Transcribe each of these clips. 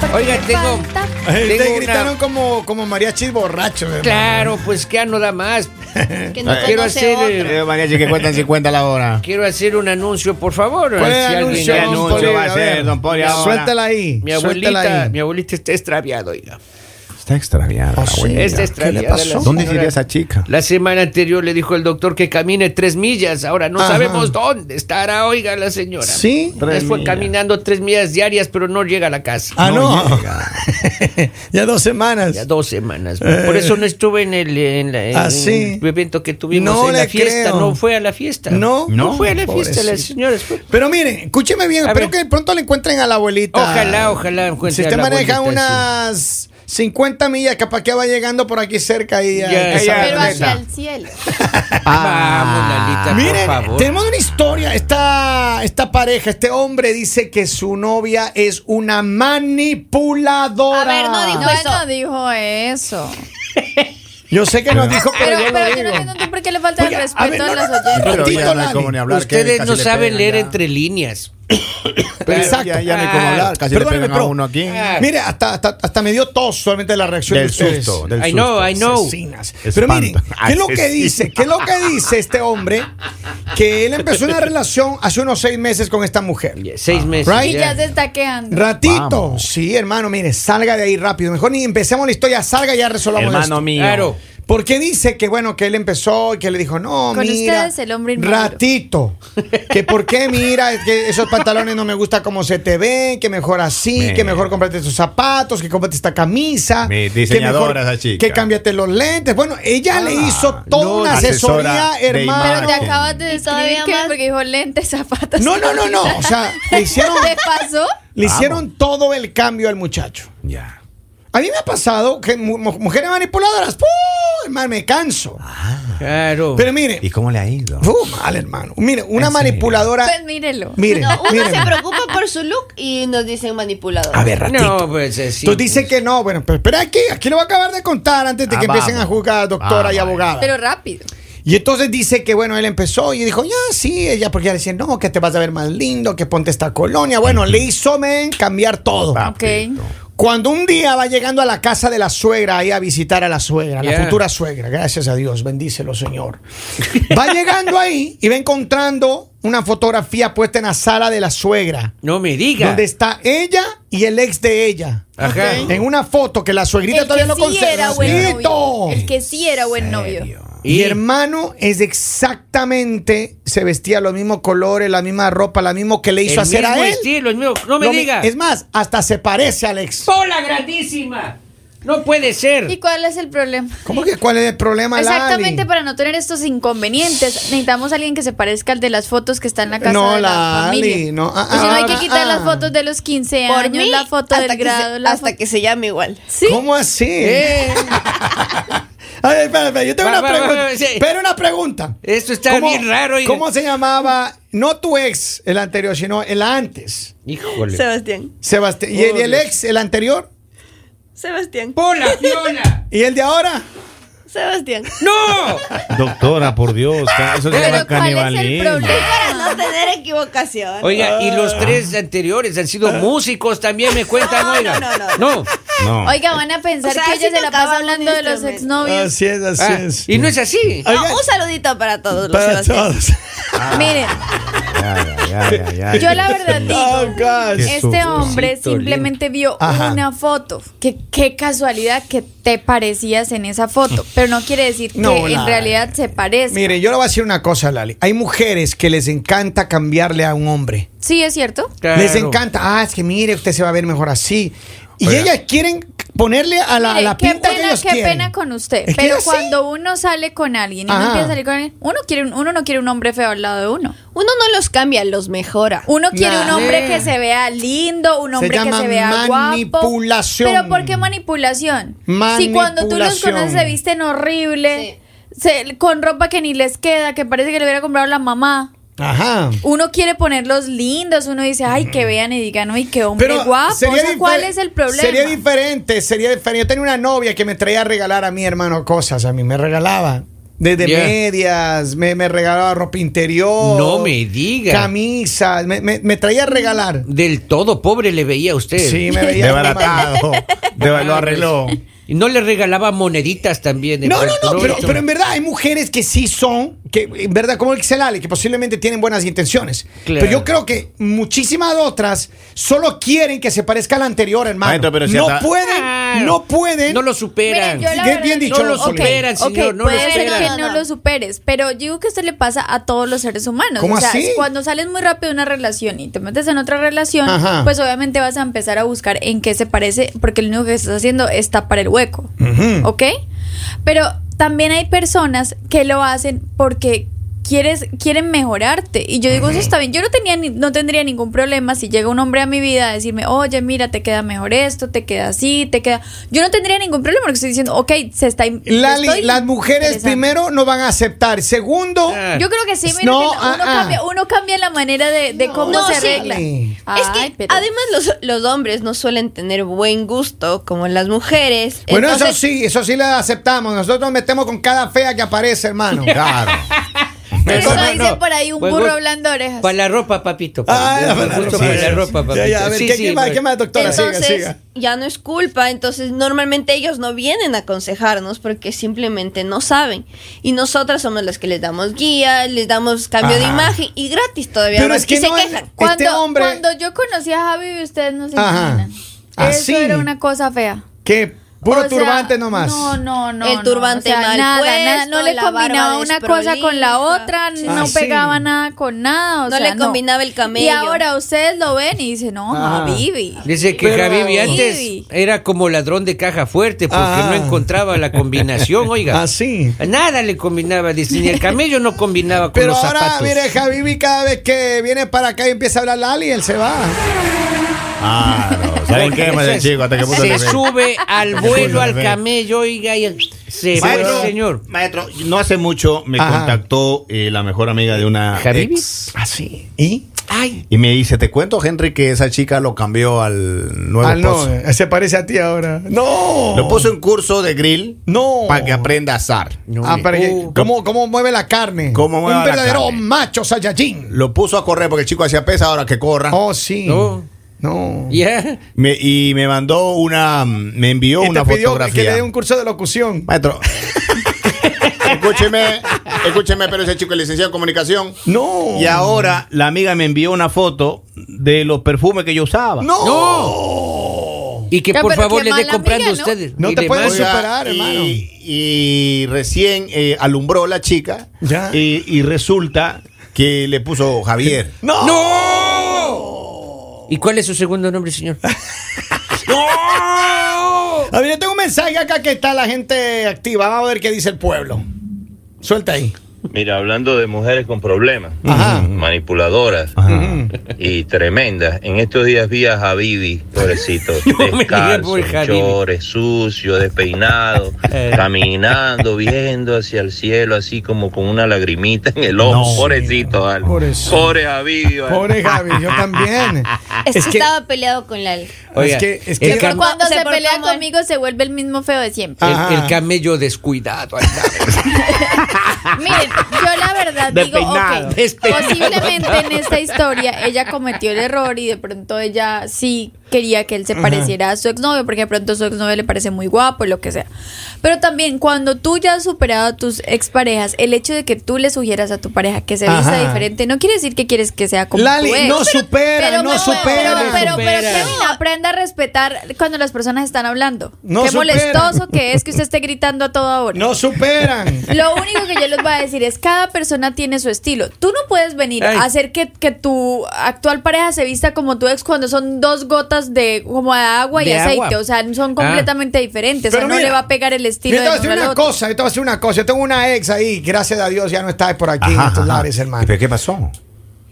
tengo. Ey, tengo Te una- gritaron como, como mariachis borrachos, hermano. Claro, pues que ya no da más. Que no Quiero conoce hacer, eh, otra. Eh, mariachi que cuentan 50 la hora. Quiero hacer un anuncio, por favor. ¿Cuál es el alguien- anuncio, ¿Qué don anuncio Poli? va a ver, hacer, don Poli, ahora? Suéltala ahí. Mi suéltala abuelita, ahí. mi abuelita está extraviada, oiga. Está extraviada. Ah, la abuelita. Está extraviada. ¿Qué le pasó? la ¿Dónde señora. sería esa chica? La semana anterior le dijo el doctor que camine tres millas. Ahora no Ajá. sabemos dónde estará, oiga, la señora. Sí. Tres Tres fue millas. caminando tres millas diarias, pero no llega a la casa. Ah, no. No llega. ya dos semanas. Ya dos semanas. Por eso no estuve en el, en la- en Ah, sí. el evento que tuvimos No en la le fiesta. creo. No fue a la fiesta. No. no, No, fue a la fiesta. pobrecita. La señora fue. Pero miren, escúcheme bien, A espero ver. que pronto le encuentren a la abuelita. Ojalá, ojalá encuentre Si usted a la maneja abuelita, unas 50 millas, capaz que va llegando por aquí cerca y ya. Ya, que ya, sabe. Pero la hacia neta. el cielo. Ah. Vamos, Lalita, Miren, por favor. tenemos una historia. Esta, esta pareja, este hombre dice que su novia es una manipuladora. A ver, no dijo No, él eso. no dijo eso. Yo sé que nos dijo, pero, Pero, yo pero, no yo digo. no entiendo por qué le falta el Oiga, a respeto ver, a, no, las no, no, oyentes. Pero Tantito, ya no hay Lali. como ni hablar. que Ustedes casi no le saben pegan leer ya. entre líneas. Pero Exacto. Ah. Ya, ya no hay como hablar. Casi le Perdóname, pegan a pero- uno aquí. Ah, Mire, hasta, hasta, hasta me dio tos solamente la reacción Del de ustedes. susto. Del I know, susto. I know. asesinas. Pero miren, ¿qué es lo que Asesino. dice? ¿Qué es lo que dice este hombre? Que él empezó una relación hace unos seis meses con esta mujer. Ya, Seis meses. Right? Y ya se está quejando. Ratito. Vamos. Sí, hermano, mire, salga de ahí rápido. Mejor ni empecemos la historia, salga y ya resolvamos Hermano esto. mío. Claro. Porque dice que bueno, que él empezó y que le dijo, no, Con mira, ustedes el hombre inmaduro. ratito, que por qué mira, es que esos pantalones no me gusta cómo se te ven, que mejor así, que Mira. mejor cómprate tus zapatos, que cómprate esta camisa, que Mi diseñadora mejor- esa chica. que cámbiate los lentes. Bueno, ella le Ah, hizo toda no, una asesoría, asesora de hermano. Pero te imagen. acabas de Y todavía describir que más. porque dijo lentes, zapatos. Ah, No, no, no, no, o sea, le hicieron, ¿Te pasó? le hicieron todo el cambio al muchacho. Ya. A mí me ha pasado que mu- mu- mujeres manipuladoras, ¡puh! hermano, me canso. Ah. Claro. Pero mire, ¿Y cómo le ha ido? ¡puh! mal, hermano. Mire, una ¿En serio? manipuladora. Pues mírelo. Mire, No, uno mire. se preocupa por su look y nos dicen manipulador. A ver, ratito. no, pues eh, sí. Tú dices que no, bueno, pero espera aquí, aquí lo voy a acabar de contar antes de Ah, que empiecen vamos. Ah, a juzgar doctora y Vamos. abogada. Pero rápido. y entonces dice que bueno, él empezó y dijo, ya sí, ella, porque ella decía, no, que te vas a ver más lindo, que ponte esta colonia. Bueno, le hizo men cambiar todo. Papito. Cuando un día va llegando a la casa de la suegra ahí a visitar a la suegra, a la Ya. futura suegra, gracias a Dios, bendícelo Señor. Va llegando ahí y va encontrando una fotografía puesta en la sala de la suegra, No me diga. donde está ella y el ex de ella. Ajá. En una foto que la suegrita El que todavía no sí era buen novio. El conserva. que sí era buen novio. Serio. Y hermano es exactamente, se vestía los mismos colores, la misma ropa, la mismo que le hizo el hacer mismo a él. estilo, el mismo- No me Lo mi- diga. Es más, hasta se parece al ex. ¡Pola grandísima! No puede ¿Y ser. cuál es el problema? ¿Cómo que cuál es el problema, Lali? Exactamente, para no tener estos inconvenientes, necesitamos a alguien que se parezca al de las fotos que está en la casa No, de la, Lali, familia. no, ah, Y si no hay ah, que quitar ah. las fotos de los 15 por años, mí, la foto hasta del que grado, se- la hasta foto- que se llame igual. Sí. ¿Cómo así? Eh, A ver, espera, espera, yo tengo Va, una va, va, pregunta. va, sí. Pero una pregunta. Esto está ¿Cómo- bien raro. oiga. ¿Cómo se llamaba? No tu ex, el anterior, sino el antes. Híjole. Sebastián. Sebastián. ¿Y el, y el ex, el anterior? Sebastián. ¡Pola, Fiona! ¿Y el de ahora? Sebastián. ¡No! Doctora, por Dios. ca- Eso se Pero ¿cuál llama es el canibalismo. problema? Para no tener equivocación. Oiga, y Ah. los tres anteriores han sido músicos también, me cuentan, No, no, oiga. no, no. No. Oiga, van a pensar O sea, que sí este ella se la tocaba pasa un hablando de los instrumento. exnovios. es, así Ah, y no es así. No, un saludito para todos los Sebastián. Miren, Ah. Ya, ya, ya, ya, yo ya. la verdad digo, God. Qué este susto. hombre Cosito simplemente vio Ajá. una foto. Que, qué casualidad que te parecías en esa foto. Pero no quiere decir que No, en la- realidad se parece. Mire, yo le voy a decir una cosa, Lali. Hay mujeres que les encanta cambiarle a un hombre. Sí, es cierto. Claro. Les encanta. Ah, es que mire, usted se va a ver mejor así. Y Oiga. ellas quieren ponerle a la, a Mire, la qué pinta que pena, ellos qué quieren. pena con usted. Es que pero yo sí. cuando uno sale con alguien y Ajá. no empieza a salir con alguien, uno, quiere un- uno no quiere un hombre feo al lado de uno. Uno no los cambia, los mejora. Uno quiere Nah. un hombre Sí. que se vea lindo, un Se hombre que llama se vea manipulación. guapo. Pero ¿por qué manipulación? Si cuando tú los Manipulación. conoces se visten horrible, se- con ropa que ni les queda, que parece que le hubiera comprado la mamá. Ajá. Uno quiere ponerlos lindos, uno dice, ay, que vean y digan, ay, qué hombre Mm. Pero guapo. O sea, sería difer- ¿Cuál es el problema? Sería diferente, sería diferente. Yo tenía una novia que me traía a regalar a mi hermano cosas, a mí me regalaba. Desde Ya. medias, me, me regalaba ropa interior. No me diga. Camisas, me, me- me traía a regalar. Del todo pobre le veía a usted. Sí, me veía. Desbaratado. Deba- Lo arregló. Y no le regalaba moneditas también. en No, no, Puerto no, pero, Rico. pero en verdad hay mujeres que sí son, que en verdad, como el Xelale, que posiblemente tienen buenas intenciones. Claro. Pero yo creo que muchísimas otras solo quieren que se parezca a la anterior, hermano. Maestro, pero si no, hasta- pueden, no pueden, No lo superan. Miren, yo la Bien verdad- bien dicho, No lo los superan, Soledad. Ok, señor, no lo puede ser superan. que no lo superes, pero yo digo que esto le pasa a todos los seres humanos. ¿Cómo o sea, así? cuando sales muy rápido de una relación y te metes en otra relación, Ajá. pues obviamente vas a empezar a buscar en qué se parece, porque lo único que estás haciendo es tapar el hueco. Ujú. ¿Ok? Pero también hay personas que lo hacen porque quieres, quieren mejorarte. Y yo digo, eso está bien. Yo no, tenía ni- no tendría ningún problema si llega un hombre a mi vida a decirme, oye, mira, te queda mejor esto, te queda así, te queda. Yo no tendría ningún problema porque estoy diciendo, ok, se está. in- Lali, estoy las mujeres interesando". primero no van a aceptar. Segundo, Ah. Yo creo que sí, mira, No, que uno, ah, ah. cambia, uno cambia la manera de, de cómo No, se sí. arregla. Lali. es que Ay, pero- además los, los hombres no suelen tener buen gusto como las mujeres. bueno, eso Entonces, sí, eso sí la aceptamos. Nosotros nos metemos con cada fea que aparece, hermano. Claro. Eso No, no, dice no. por ahí un Pues burro vos- hablando orejas. Para la ropa, papito. Ah, Para, para la justo ropa, para sí, la sí. ropa, papito. Ya, ya, a ver, Sí, ¿qué- sí, pues. qué más- pero- qué más, doctor? Doctora, siga, entonces siga. ya no es culpa. Entonces normalmente ellos no vienen a aconsejarnos porque simplemente no saben. Y nosotras somos las que les damos guía, les damos cambio de Ajá. imagen y gratis todavía. Pero más, es que y se no- quejan. Cuando, Este hombre- cuando yo conocí a Javi, ustedes no se Ajá. Ah, imaginan. Así. Eso era una cosa fea. Que puro O sea, turbante nomás. No, no, no. El no, turbante mal nada, puesto, nada, no le la barba combinaba una cosa con la desprolija. otra, Sí. no Ah, sí. pegaba nada con nada. o No sea, le combinaba el camello. Y ahora ustedes lo ven y dicen, no, Ah. Javi. Dice que Pero- Javi antes Sí. era como ladrón de caja fuerte porque Ah. no encontraba la combinación, oiga. Ah, sí. Nada le combinaba, dice, ni el camello no combinaba con Pero los ahora, zapatos. mire, Javi, cada vez que viene para acá y empieza a hablar Lali, él se va. Claro. Ah, ¿Saben qué, Eso madre es. chico? Hasta que puso se el bebé. sube al vuelo puso el al bebé. camello, oiga, y se fue, Maestro, señor. Maestro, no hace mucho me Ajá. contactó eh, la mejor amiga de una ¿Habibi? Ah, ex. Ah, Así. ¿Y? Ay, Y me dice, te cuento, Henry, que esa chica lo cambió al nuevo Ah, no, esposo. pues. se parece a ti ahora. No. Lo puso en curso de grill No. para que aprenda a asar. no, Ah, mire. para que- Uh, ¿cómo, ¿Cómo mueve la carne? ¿Cómo mueve Un la verdadero carne? macho Saiyajin. Lo puso a correr porque el chico hacía pesa, ahora que corra. Oh, sí. No. este No. ya. Me- y me mandó una, mm, me envió Y te una pidió que le fotografía. dé un curso de locución. Maestro, escúcheme, escúcheme, pero ese chico es licenciado en comunicación. No. Y ahora la amiga me envió una foto de los perfumes que yo usaba. No. Y que Ya, por pero favor qué le dé mala comprando amiga, ¿no? ustedes. No Y te le puedes manda- Oiga, superar, hermano. Y, y recién eh, alumbró la chica. Ya. Y, y resulta que le puso Javier. No. ¿Y cuál es su segundo nombre, señor? A ver, yo tengo un mensaje acá que está la gente activa. Vamos a ver qué dice el pueblo. Suelta ahí. Mira, hablando de mujeres con problemas, Ajá. manipuladoras Ah. Ah. y tremendas, en estos días vi a Habibi, pobrecito, No me digas, descalzo, pobre en Habibi. chores, sucio, despeinado, Eh. caminando, viendo hacia el cielo, así como con una lagrimita en el ojo, No. pobrecito, vale. Pobrecito. pobre Habibi, vale. Pobre Javi, yo también. Es que, Ah, Es que- estaba peleado con Lali. Oiga, Es que- es el que- cam- Pero cuando Se se, portó pelea mal. conmigo se vuelve el mismo feo de siempre. el- Ajá. el camello descuidado. ahí está. Miren, yo la verdad digo, Despeinado. ok, Despeinado. posiblemente en esta historia ella cometió el error y de pronto ella sí quería que él se pareciera a su exnovio, porque de pronto su exnovio le parece muy guapo, lo que sea. Pero también cuando tú ya has superado a tus exparejas, el hecho de que tú le sugieras a tu pareja que se vista Ajá. diferente no quiere decir que quieres que sea como Lali, tu ex. no supera, no pero- supera. Pero, pero, pero, Supera. Kevin, aprenda a respetar cuando las personas están hablando. No Qué supera. molestoso que es que usted esté gritando a toda hora. No superan. Lo único que yo les voy a decir es cada persona tiene su estilo. Tú no puedes venir Ay. a hacer que, que tu actual pareja se vista como tu ex cuando son dos gotas de como de agua y De aceite. agua. O sea, son completamente diferentes. o sea, Ah. Pero no mira, le va a pegar el Yo te estilo voy de a decir uno al una otro. cosa, yo te voy a decir una cosa. Yo tengo una ex ahí, gracias a Dios ya no está por aquí en Ajá, estos ajá. lares, hermano. ¿Pero qué pasó?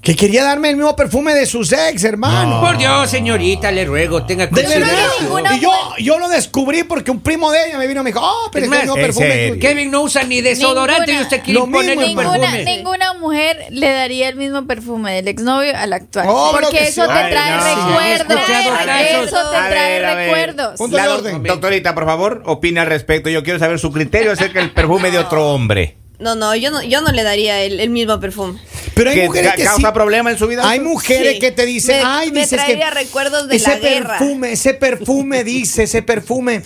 Que quería darme el mismo perfume de sus ex, hermano. Por Dios, señorita, le ruego, tenga Ah. De Yo no verdad. veo consideración. ninguna y yo, yo lo descubrí porque un primo de ella me vino y me dijo, oh, Es pero es que el más, mismo en perfume. serio. que- Kevin no usa ni desodorante y Ninguna. usted quiere Lo ponerle un mismo, Ninguna, perfume. ninguna mujer le daría el mismo perfume del exnovio al actual. Oh, pero porque que eso sí. te Ay, trae no. recuerdos. He escuchado casos. Eso te A trae ver, a ver. recuerdos. Punto de La orden. doc- Doctorita, por favor, opina al respecto. Yo quiero saber su criterio acerca del perfume de otro hombre. No, no, yo no, yo no le daría el, el mismo perfume. Pero hay que mujeres ca- que causa sí- problemas en su vida. Hay mujeres Sí. que te dicen, Me- ay, me dices traería que recuerdos de ese la guerra". perfume, ese perfume, dice, ese perfume.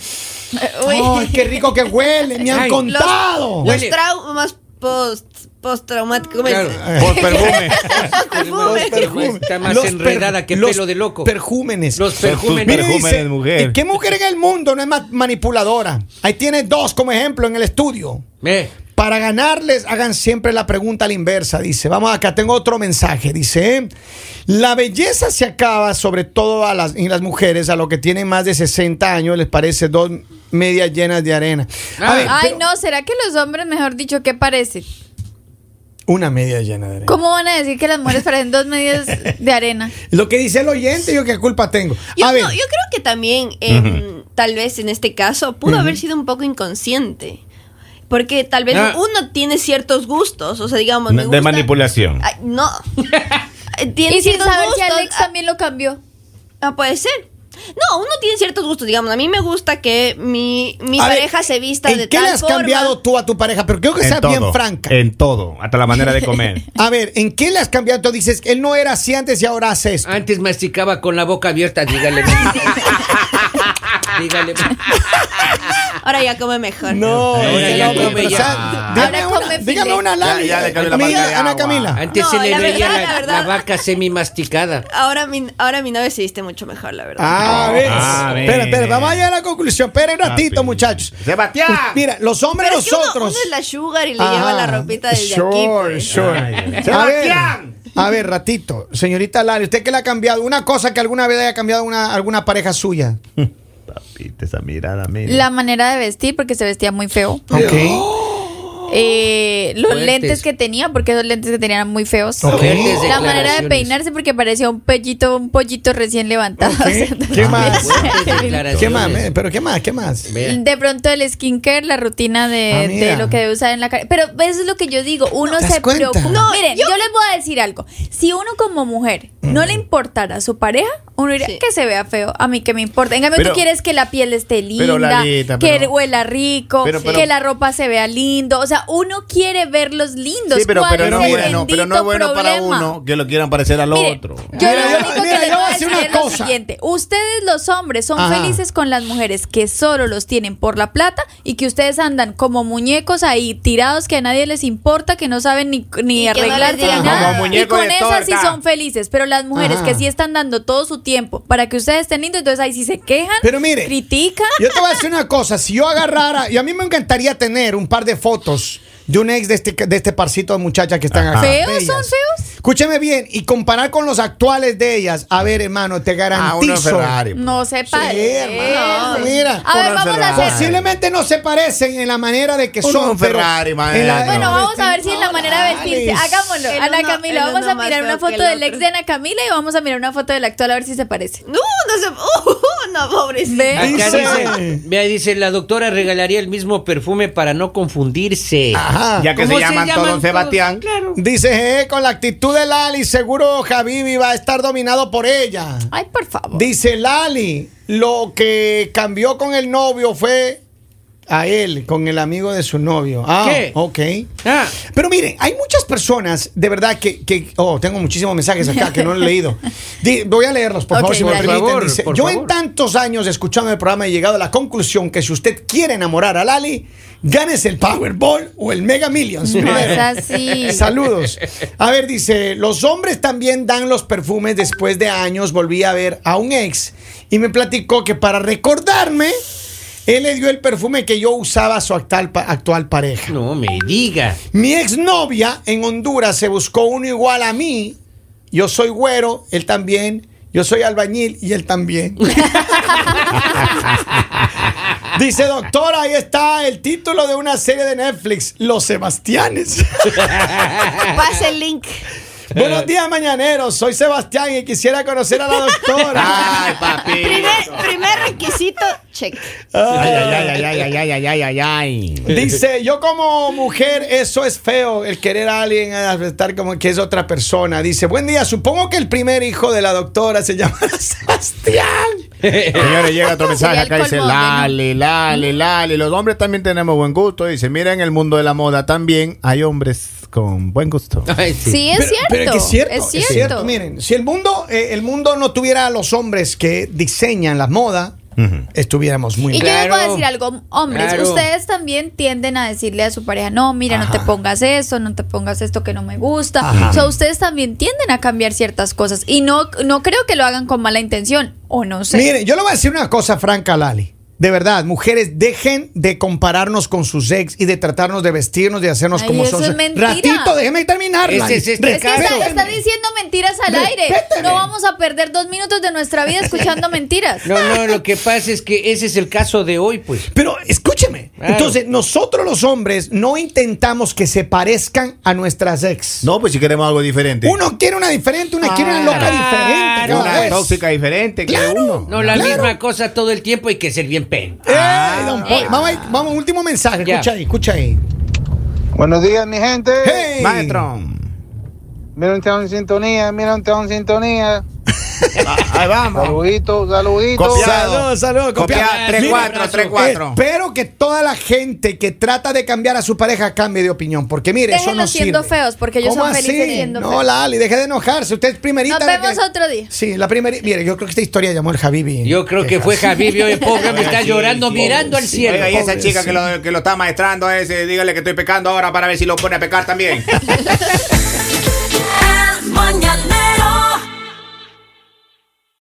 Uy. Ay, qué rico que huele, me han Ay. Los, contado. los Huele. traumas post postraumáticos. Claro. Por perfume. Los perfumes. Está más Los per- enredada que los pelo de loco. Perjúmenes. Los perjúmenes. Mire, Perjúmenes, dice, mujer. ¿y ¿Qué mujer en el mundo no es más manipuladora? Ahí tienes dos como ejemplo en el estudio. Ve, Para ganarles, hagan siempre la pregunta a la inversa, dice. Vamos acá, tengo otro mensaje. Dice, eh, la belleza se acaba, sobre todo a las, en las mujeres, a lo que tienen más de 60 años, les parece dos medias llenas de arena. A Ah. ver, Ay, pero- no, ¿será que los hombres, mejor dicho, qué parece? Una media llena de arena. ¿Cómo van a decir que las mujeres parecen dos medias de arena? Lo que dice el oyente, yo qué culpa tengo. Yo, a ver, no, yo creo que también, em, tal vez en este caso, pudo haber sido un poco inconsciente. Porque tal vez Ah. uno tiene ciertos gustos, o sea, digamos, me De gusta- manipulación. Ay, no. Eh, tiene Y sin ciertos saber si gustos. Alex también lo cambió. Ah, puede ser. No, uno tiene ciertos gustos, digamos. A mí me gusta que mi, mi a ver, pareja se vista ¿en de qué tal le has forma. cambiado tú a tu pareja? Pero creo que seas bien franca. En todo, hasta la manera de comer. A ver, ¿en qué le has cambiado? Tú dices, él no era así antes y ahora hace esto. antes masticaba con la boca abierta. Dígale. dígale. Ahora ya come mejor. No, Ahora ese ya hombre, come pero, ya. o sea, dígame Ahora una- come dígame filete. una lámina. Ya, ya le cambió la Mira, marca de Ana agua. Camila. Antes No, se le la veía la, verdad, la verdad. la vaca semi-masticada. Ahora mi, ahora mi novia se viste mucho mejor, la verdad. Ah, Ah, ves. ves. Espera, espera, vamos a llegar a la conclusión. Espera un Ah, ratito, Papi. muchachos. Pues, Sebastián. Mira, los hombres Pero es que uno- nosotros. Ah, uno es la sugar y le lleva la ropita desde aquí. Sure, pues. sure. A ver, a ver, ratito. Señorita Lari, ¿usted qué le ha cambiado? Una cosa que alguna vez haya cambiado una, alguna pareja suya. Papita, esa mirada, mira. La manera de vestir, porque se vestía muy feo. Ok. Eh, los Fuertes. lentes que tenía, porque esos lentes que tenía eran muy feos. Ok. Fuertes La manera de declaraciones. peinarse, porque parecía un pollito, un pollito recién Ah, levantado. O sea, ¿Qué más? Fuertes pues. ¿Qué más? declaraciones. ¿Pero qué más? ¿Qué más? Vea. De pronto el skincare, la rutina de, Ah, mira. de lo que debe usar en la cara. Pero eso es lo que yo digo, uno ¿Te das se cuenta? preocupa. No, Miren, yo... les voy a decir algo. Si uno como mujer no Mm. le importara a su pareja, uno diría Sí. que se vea feo, a mí que me importa. En cambio, Pero- tú quieres que la piel esté Pero, linda, Lalita, que pero- huela rico, pero- pero- que la ropa se vea lindo. O sea, uno quiere verlos lindos. Sí, pero, ¿Cuál pero, es no, el mira, no, pero no es bueno bendito para problema? uno que lo quieran parecer al Mire, otro. Yo Mira, yo- lo único que mira, yo les voy voy a a decir decir una es lo cosa. siguiente. Ustedes los hombres son Ajá. felices con las mujeres que solo los tienen por la plata y que ustedes andan como muñecos ahí tirados que a nadie les importa, que no saben ni, ni Y que no les arreglarse digan ni nada. nada. Como y muñeco con de esas sí torta. son felices, pero las mujeres Ajá. que sí están dando todo su tiempo para que ustedes estén lindos, entonces ahí sí se quejan, Pero mire, critican. Yo te voy a decir una cosa, si yo agarrara, y a mí me encantaría tener un par de fotos de un ex de este, de este parcito de muchachas que están Ajá. acá. ¿Feos Ah, bellas. son feos? Escúcheme bien, y comparar con los actuales de ellas, a ver, hermano, te Ah, uno es garantizo. Ferrari. No se parecen. hermano, mira. a ver, Con vamos a Ferrari. hacer. Posiblemente no se parecen en la manera de que Uno son. es Ferrari, en maestro. la- Bueno, No, este vamos a ver si es la manera de vestirse. Alex. Hagámoslo. El Ana uno- Camila, el vamos uno a más mirar feo una que foto el del ex otro. de Ana Camila y vamos a mirar una foto del actual a ver si se parece. No, no se. Uh, no, pobrecita. Ve. Acá Dice- dice, vea, dice, la doctora regalaría el mismo perfume para no confundirse. Ajá. Ya que Ah, se ¿Cómo llaman todos Sebastián. Claro. Dice, eh, con la actitud de Lali, seguro Javi va a estar dominado por ella. Ay, por favor. Dice Lali, lo que cambió con el novio fue a él, con el amigo de su novio. Ah, ¿Qué? ok. Ah, Pero miren, hay muchas personas, de verdad, que, que- Oh, tengo muchísimos mensajes acá que no he leído. Di- voy a leerlos, por Ok, favor, si me dale. permiten. Por favor, Dice, por yo en favor. tantos años escuchando el programa he llegado a la conclusión que si usted quiere enamorar a Lali, ganes el Powerball o el Mega Millions. No es Primero. así. Eh, Saludos. A ver, dice, los hombres también dan los perfumes después de años. Volví a ver a un ex y me platicó que para recordarme, él le dio el perfume que yo usaba a su actual, pa- actual pareja. no me diga. Mi exnovia en Honduras se buscó uno igual a mí. Yo soy güero, él también. Yo soy albañil y él también. Dice, doctora, ahí está el título de una serie de Netflix, Los Sebastianes. Pasa el link. Buenos días, mañaneros. Soy Sebastián y quisiera conocer a la doctora. Ay, papi. Primer, primer requisito, check. Ay, ay, ay, ay, ay, ay, ay, ay, ay, ay. Ah, Dice, yo como mujer, eso es feo, el querer a alguien, aceptar como que es otra persona. Dice, buen día, supongo que el primer hijo de la doctora se llama Sebastián. Señores, llega otro mensaje Sería el acá y dice, colmo, ¿no? lale, lale, lale. Los hombres también tenemos buen gusto. Dice, mira, en el mundo de la moda también hay hombres con buen gusto. Ay, sí. Sí, es, Pero- cierto, pero que es cierto. Es cierto. Miren, si el mundo, eh, el mundo no tuviera a los hombres que diseñan las modas, Ujú. estuviéramos muy Y mal. Claro. yo les voy a decir algo, hombres, Claro. ustedes también tienden a decirle a su pareja, no, mira, no te pongas eso, no te pongas esto que no me gusta. O sea, ustedes también tienden a cambiar ciertas cosas y no, no creo que lo hagan con mala intención, o no sé. Miren, yo le voy a decir una cosa franca, Lali. De verdad, mujeres, dejen de compararnos con sus ex y de tratarnos de vestirnos, de hacernos Ay, como eso son. es mentira. Ratito, déjeme terminar. Ese Lali. es este Es que está, Respétame. está diciendo mentiras al aire. Respétame. No vamos a perder dos minutos de nuestra vida escuchando mentiras. No, no, lo que pasa es que ese es el caso de hoy, pues. Pero escúcheme. Claro. Entonces, nosotros los hombres no intentamos que se parezcan a nuestras ex. No, pues si queremos algo diferente. Uno quiere una diferente, una quiere una loca diferente. claro, cada Una vez. tóxica diferente que Claro. uno. No, la misma cosa todo el tiempo hay que ser bien pen. ¡Ey, Ah. don Poli! Vamos, ahí, vamos, último mensaje. Ya. Escucha ahí, escucha ahí. Buenos días, mi gente. ¡Hey! Maestro. Miren, estamos en sintonía, miren, estamos en sintonía. Ah, Ahí vamos. Saluditos, saluditos. Copiado. Saludos, saludos, Copiado, este copiado. tres, Mira, cuatro, tres, cuatro. Espero que toda la gente que trata de cambiar a su pareja cambie de opinión, porque mire, eso no Déjenlos siendo sirve. feos, porque ellos ¿Cómo son felices así? siendo No, feos. Lali, deje de enojarse. Usted es primerita. Nos de que- vemos otro día. Sí, la primera. Mire, yo creo que esta historia llamó el Javibi. Yo creo que fue Javier, yo, pobre, me está llorando, mirando al cielo. Oiga, y esa chica que lo, que lo está maestrando a ese, dígale que estoy pecando ahora para ver si lo pone a pecar también. El mañanero.